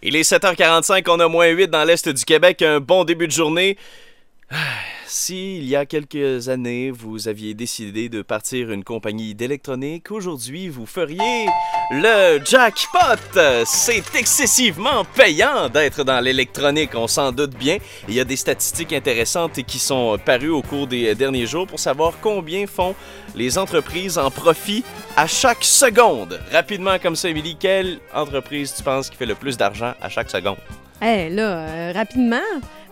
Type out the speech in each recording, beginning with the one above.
Il est 7h45, on a moins 8 dans l'est du Québec. Un bon début de journée. Ah, Si, il y a quelques années, vous aviez décidé de partir une compagnie d'électronique, aujourd'hui, vous feriez le jackpot! C'est excessivement payant d'être dans l'électronique, on s'en doute bien. Il y a des statistiques intéressantes qui sont parues au cours des derniers jours pour savoir combien font les entreprises en profit à chaque seconde. Rapidement, comme ça, Émilie, quelle entreprise tu penses qui fait le plus d'argent à chaque seconde? Hé, là, euh, rapidement,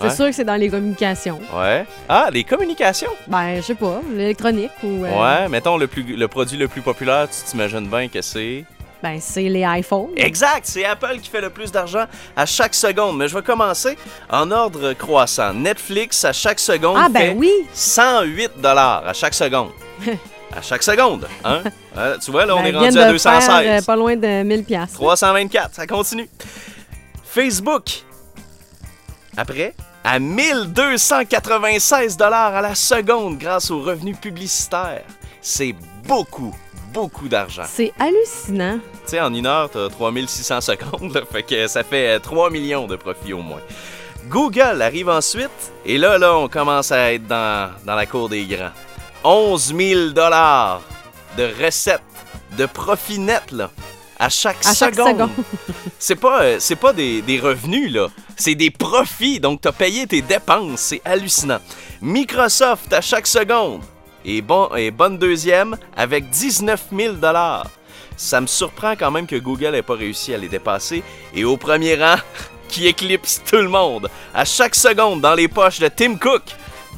c'est Ouais. sûr que c'est dans les communications. Ouais. Ah, les communications! Ben, je sais pas, l'électronique ou. euh, Ouais, mettons le, plus, le produit le plus populaire, tu t'imagines bien que c'est. Ben, c'est les iPhones. Exact, c'est Apple qui fait le plus d'argent à chaque seconde. Mais je vais commencer en ordre croissant. Netflix, à chaque seconde, Ah, ben fait oui! 108 à chaque seconde. à chaque seconde, hein? Euh, tu vois, là, on Ben, est ils rendu viennent à de faire, 216. euh, pas loin de 1000 piastres. 324, ça continue. Facebook, après, à 1296 dollars à la seconde grâce aux revenus publicitaires. C'est beaucoup, beaucoup d'argent. C'est hallucinant. Tu sais, en une heure, t'as 3600 secondes, là, fait que ça fait euh, 3 millions de profits au moins. Google arrive ensuite, et là, là, on commence à être dans, dans la cour des grands. 11 000 dollars de recettes, de profits nets, là, à chaque À chaque seconde. seconde. c'est pas, euh, c'est pas des, des revenus, là. C'est des profits, donc t'as payé tes dépenses. C'est hallucinant. Microsoft à chaque seconde. Et, bon, et bonne deuxième avec 19 000 Ça me surprend quand même que Google n'ait pas réussi à les dépasser. Et au premier rang, qui éclipse tout le monde. À chaque seconde, dans les poches de Tim Cook,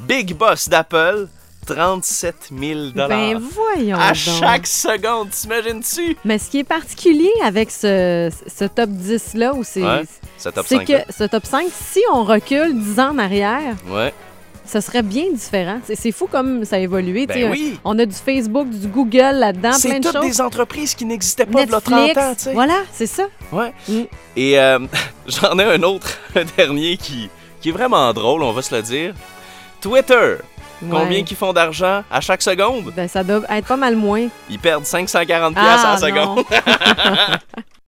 Big Boss d'Apple, 37 000 Ben, voyons. À donc. chaque seconde, t'imagines-tu? Mais ce qui est particulier avec ce, ce top 10-là, ou c'est. Ouais, Ça top hein? C'est 5. que ce top 5, si on recule 10 ans en arrière, Ouais. ce serait bien différent. C'est- C'est fou comme ça a évolué. tu sais. Ben oui! On a du Facebook, du Google là-dedans, plein C'est de toutes choses. des entreprises qui n'existaient pas il y a 30 Netflix, ans, tu sais. voilà, c'est ça. Ouais. Mm. Et euh, j'en ai un autre, un dernier qui, qui est vraiment drôle, on va se le dire. Twitter, combien Ouais. qu'ils font d'argent à chaque seconde? Ben, ça doit être pas mal moins. Ils perdent 540 pièces à Ah, la seconde. non.